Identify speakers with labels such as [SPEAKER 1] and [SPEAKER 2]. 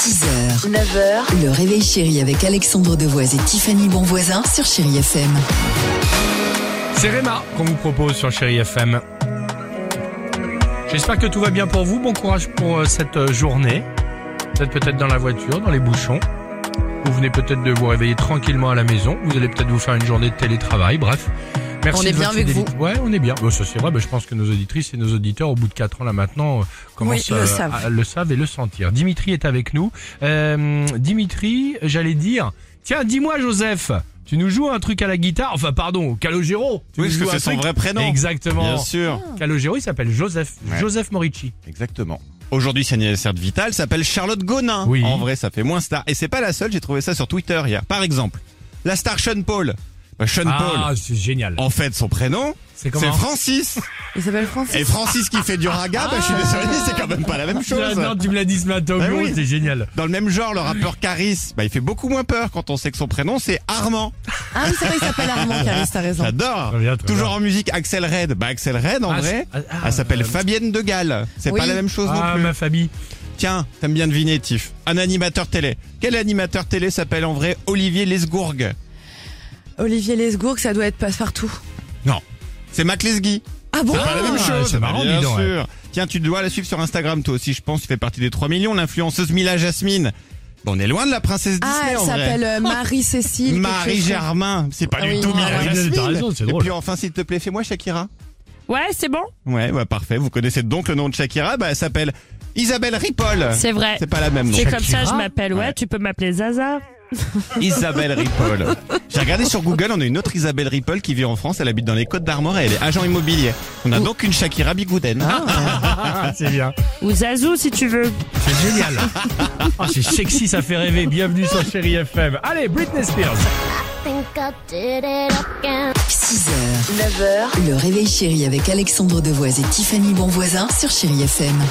[SPEAKER 1] 6h, 9h, le réveil chéri avec Alexandre Devoise et Tiffany Bonvoisin sur Chéri FM.
[SPEAKER 2] C'est Réma qu'on vous propose sur Chéri FM. J'espère que tout va bien pour vous. Bon courage pour euh, cette euh, journée. Vous êtes peut-être dans la voiture, dans les bouchons. Vous venez peut-être de vous réveiller tranquillement à la maison. Vous allez peut-être vous faire une journée de télétravail. Bref. Merci
[SPEAKER 3] On est
[SPEAKER 2] de
[SPEAKER 3] bien
[SPEAKER 2] votre
[SPEAKER 3] avec
[SPEAKER 2] fidélité. Ouais, on est bien. Bon, ça c'est vrai. Ben, je pense que nos auditrices et nos auditeurs, au bout de quatre ans là maintenant, euh, commencent
[SPEAKER 3] Oui, le
[SPEAKER 2] euh,
[SPEAKER 3] savent.
[SPEAKER 2] à le savent et le sentir. Dimitri est avec nous. Euh, Dimitri, j'allais dire, tiens, dis-moi Joseph, tu nous joues un truc à la guitare. Enfin, pardon, Calogero. Tu nous
[SPEAKER 4] Oui, parce que
[SPEAKER 2] joues un
[SPEAKER 4] c'est son
[SPEAKER 2] truc.
[SPEAKER 4] vrai prénom.
[SPEAKER 2] Exactement.
[SPEAKER 4] Bien sûr.
[SPEAKER 2] Calogero, il s'appelle Joseph.
[SPEAKER 4] Ouais.
[SPEAKER 2] Joseph Morici.
[SPEAKER 4] Exactement. Aujourd'hui, c'est anniversaire de Vital, s'appelle Charlotte Gonin.
[SPEAKER 2] Oui.
[SPEAKER 4] En vrai, ça fait moins star. Et c'est pas la seule, j'ai trouvé ça sur Twitter hier. Par exemple, la star Sean Paul. Bah, Sean
[SPEAKER 2] Ah,
[SPEAKER 4] Paul.
[SPEAKER 2] c'est génial.
[SPEAKER 4] En fait, son prénom,
[SPEAKER 2] C'est
[SPEAKER 4] c'est
[SPEAKER 2] comment
[SPEAKER 4] Francis.
[SPEAKER 3] Il s'appelle Francis.
[SPEAKER 4] Et Francis qui fait du raga, bah, je suis
[SPEAKER 2] Ah.
[SPEAKER 4] désolé, c'est quand même pas la même chose.
[SPEAKER 2] Non, tu me l'as dit ce matin au
[SPEAKER 4] Bah
[SPEAKER 2] bureau,
[SPEAKER 4] oui.
[SPEAKER 2] c'est génial.
[SPEAKER 4] Dans le même genre, le rappeur Caris, bah, il fait beaucoup moins peur quand on sait que son prénom, c'est Armand.
[SPEAKER 3] Ah oui, c'est vrai, il s'appelle Armand Caris, t'as raison.
[SPEAKER 4] J'adore.
[SPEAKER 2] Très bien, très
[SPEAKER 4] Toujours
[SPEAKER 2] bien.
[SPEAKER 4] en musique, Axel Red. Bah, Axel Red, en
[SPEAKER 2] Ah,
[SPEAKER 4] vrai,
[SPEAKER 2] c'est- ah,
[SPEAKER 4] elle s'appelle
[SPEAKER 2] euh,
[SPEAKER 4] Fabienne de Galles. C'est
[SPEAKER 3] Oui.
[SPEAKER 4] pas la même chose non
[SPEAKER 2] Ah,
[SPEAKER 4] plus.
[SPEAKER 2] ma famille.
[SPEAKER 4] Tiens, t'aimes bien deviner, Tiff. Un animateur télé. Quel animateur télé s'appelle en vrai Olivier Lesgourgue
[SPEAKER 3] Olivier Lesgourg, ça doit être passe-partout.
[SPEAKER 4] Non. C'est Mac Lesguy.
[SPEAKER 3] Ah bon
[SPEAKER 4] C'est pas la même chose.
[SPEAKER 2] c'est marrant,
[SPEAKER 4] bien
[SPEAKER 2] dis donc,
[SPEAKER 4] sûr. Tiens, tu dois la suivre sur Instagram, toi aussi, je pense. Tu fais partie des 3 millions, l'influenceuse Mila Jasmine. Bon, on est loin de la princesse
[SPEAKER 3] Ah,
[SPEAKER 4] Disney,
[SPEAKER 3] elle
[SPEAKER 4] en
[SPEAKER 3] s'appelle
[SPEAKER 4] vrai.
[SPEAKER 3] euh, Marie-Cécile. quelque
[SPEAKER 4] Marie
[SPEAKER 3] chose.
[SPEAKER 4] Germain. C'est pas
[SPEAKER 3] Ah
[SPEAKER 4] du
[SPEAKER 3] oui,
[SPEAKER 4] tout
[SPEAKER 3] non,
[SPEAKER 4] Mila
[SPEAKER 3] ouais.
[SPEAKER 4] Jasmine.
[SPEAKER 2] T'as raison, c'est
[SPEAKER 4] Et
[SPEAKER 2] drôle.
[SPEAKER 4] puis enfin, s'il te plaît, fais-moi Shakira.
[SPEAKER 5] Ouais, c'est bon,
[SPEAKER 4] Ouais, bah parfait. Vous connaissez donc le nom de Shakira. Bah, elle s'appelle Isabelle Ripoll.
[SPEAKER 5] c'est vrai.
[SPEAKER 4] C'est pas la même, non.
[SPEAKER 5] C'est comme ça, je
[SPEAKER 2] Shakira
[SPEAKER 5] m'appelle. Ouais,
[SPEAKER 4] Ouais.
[SPEAKER 5] tu peux m'appeler Zaza.
[SPEAKER 4] Isabelle Ripoll. J'ai regardé sur Google, on a une autre Isabelle Ripoll qui vit en France, elle habite dans les Côtes d'Armor et elle est agent immobilier. On a donc une Shakira Bigouden.
[SPEAKER 2] Ah, c'est bien.
[SPEAKER 5] Ou Zazou, si tu veux.
[SPEAKER 2] C'est génial. Ah, c'est sexy, ça fait rêver. Bienvenue sur Chéri FM. Allez, Britney Spears.
[SPEAKER 6] think I did it again.
[SPEAKER 1] 6h, 9h, le réveil chéri avec Alexandre Devoise et Tiffany Bonvoisin sur Chéri FM.